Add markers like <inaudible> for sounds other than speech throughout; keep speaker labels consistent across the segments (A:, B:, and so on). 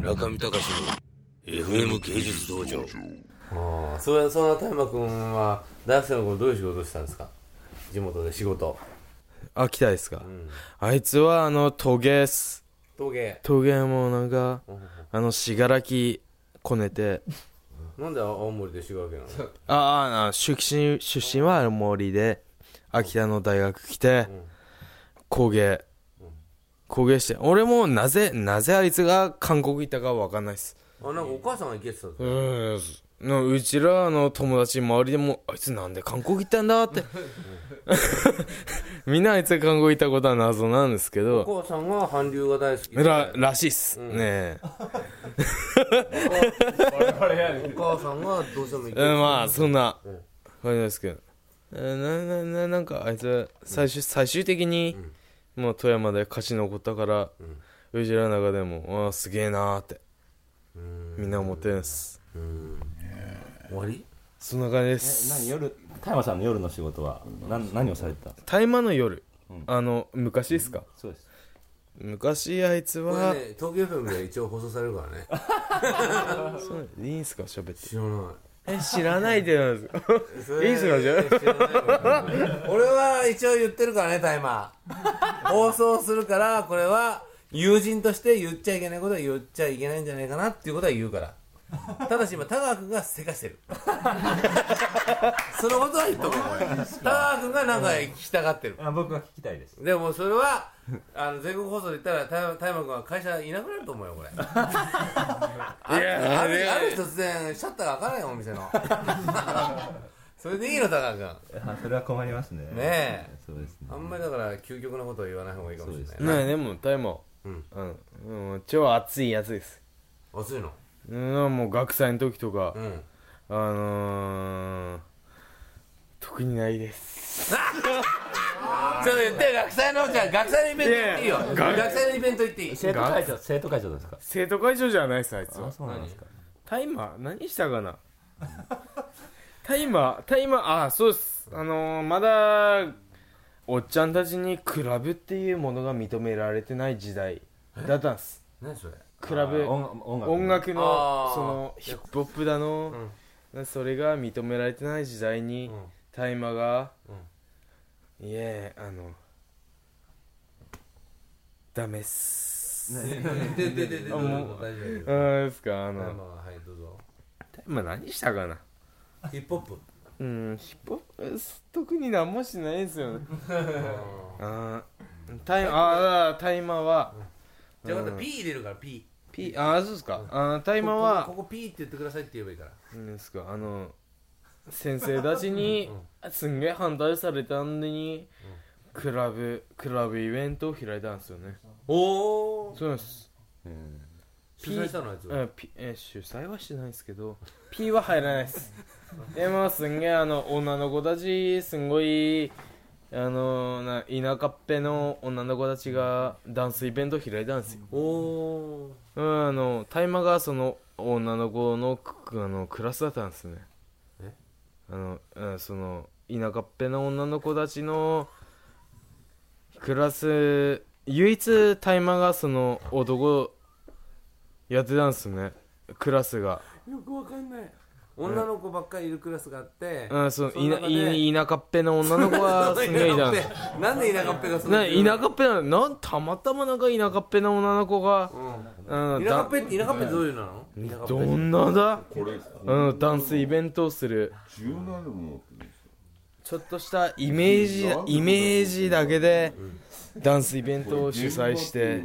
A: 中見隆の FM 芸術道場
B: ああそれはそんな田山君は大学生の頃どういう仕事したんですか地元で仕事
C: 秋田ですか、あいつはあのトゲっす
B: 陶芸
C: トゲもなんかあの信楽こねて
B: なんで青森で滋賀県なの
C: ああ出身出身は青森で秋田の大学来て工芸工芸して俺もなぜなぜあいつが韓国行ったかわかんないっす
B: あなんかお母さんが行けてたんです
C: うーんのうちらの友達周りでもあいつなんで韓国行ったんだって <laughs> みんなあいつが韓国行ったことは謎なんですけど
B: お母さんが韓流が大好きで
C: ららしいっす、ねえ
B: お母さんがどうしても行けて
C: えー
B: た
C: まあそんな感じですけど、えーななななんかあいつは最終,、最終的に、もう富山で勝ち残ったから、うちらの中でもあーすげえなーってみんな思ってるんです
B: 終わり
C: そんな感じです
D: 何夜田山さんの夜の仕事は何何をされてた
C: 大麻の夜、あの昔ですか、
D: そうです
C: 昔あいつ
B: こ
C: は、
B: れね東京 FM で一応放送されるからね
C: そういいんすか喋って
B: 知らない
C: え知らないでなんですか
B: それ
C: いいっすかじゃあ
B: 知らない <laughs> 俺は一応言ってるからねタイマー
C: <laughs>
B: 放送するからこれは友人として言っちゃいけないことは言っちゃいけないんじゃないかなっていうことは言うからただし今田川君がせかしてる
C: <laughs>
B: そのことは言っとこう田川君がなんか聞きたがってる
D: あ僕が聞きたいです
B: でもそれはあの全国放送で言ったら田田山君は会社いなくなると思うよこれああるある日突然シャッターが開かないよお店のそれでいいの田川君
D: あそれは困りますねね
B: え
D: そうですね
B: あんまりだから究極のことを言わない方がいいかもしれないな
C: <laughs> ねでも大麻
B: うん
C: うん、うん、超熱いやつです
B: 暑いの
C: うんもう学祭の時とか、
B: うん
C: あのー、特にないです。
B: ちょっと言って学祭のじゃあ学祭のイベント行っていいよ
C: いやいや
B: 学祭のイベント行っていい
D: 生徒会長生徒会長ですか
C: 生徒会長じゃないです、あいつは
D: あ。そうなんですか
C: タイマー、何したかな <laughs> タイマー、タイマー、あそうです。あのー、まだ、おっちゃんたちにクラブっていうものが認められてない時代だったんです。
B: 何それ
C: クラブ、
D: あ音音楽
C: 音楽の
B: あー
C: そのヒップホップだの、それが認められてない時代に、
B: ん
C: 大麻が、いえあのダメっす、
B: ででででどうぞ
C: も
B: 大丈夫
C: うあーですかあ
B: 大
C: の
B: 丈夫はいどうぞ
C: 大麻何したかな
B: ヒップホップ
C: うんヒップホップす特に何もしないですよねあー大麻あー大麻は
B: じゃあまた P 入れるから P
C: ピあーそうですかあー大麻
B: こ
C: は
B: こここ P って言ってくださいって言えばいいから
C: 何ですかあの先生たちにすんげえ反対されたんでにクラブクラブイベントを開いたんですよね
B: おお
C: そうなんです
B: 主催したのあいつ
C: うん、P えー主催はしてないですけど P は入らないですでもすんげえあの女の子たちすんごいあのな田舎っぺの女の子たちがダンスイベントを開いたんですよ
B: おお
C: うんあの大麻がその女の子のくあのクラスだったんですね
B: え
C: あの、うん、その田舎っぺの女の子たちのクラス唯一大麻がその男やってたんですねクラスが、
B: よくわかんない女の子ばっかりいるクラスがあって
C: うん、その
B: その中で
C: いな田舎っぺの女の子はすげえ
B: <laughs>
C: いたんです
B: なんで田舎っぺがそん
C: <laughs>
B: な
C: な田舎っぺななんたまたまなんか田舎っぺの女の子が、うん、
B: 田舎っぺって田舎っぺどういうのなの田舎っ
C: ど
B: ぺ
C: んなだ
E: これ
C: うん、ダンスイベントをする
E: 十何年も持ってるんですよ
C: ちょっとしたイメージだイメージだけでダンスイベントを主催して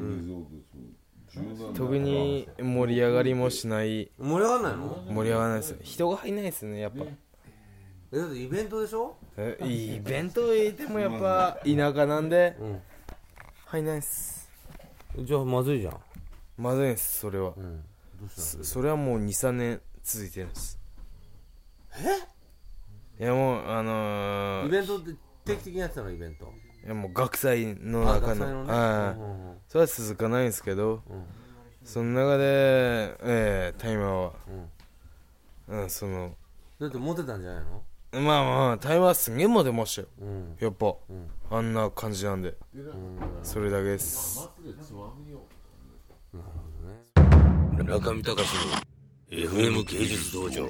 C: 特に盛り上がりもしない
B: 盛り上がんないの
C: 盛り上がらないです人が入んないですねやっぱ
B: えだってイベントでしょ
C: えイベントへいてもやっぱ田舎なんで
B: ん
C: 入んないです
B: じゃあまずいじゃん
C: まずいですそれはそそれはもう23年続いてるんですえいやもうあの
B: イ
C: ー
B: ベントって定期的にやってたのイベント
C: いやもう学祭の中
B: 学祭
C: の
B: のね
C: はいそれは続かないんですけど、その中で、えー、タイマーは、うんその
B: だってモテたんじゃないの
C: まあまあタイマーはすげえモテましたよ
B: うん
C: やっぱ、あんな感じなんで、それだけです
A: 中見隆の FM 芸術道場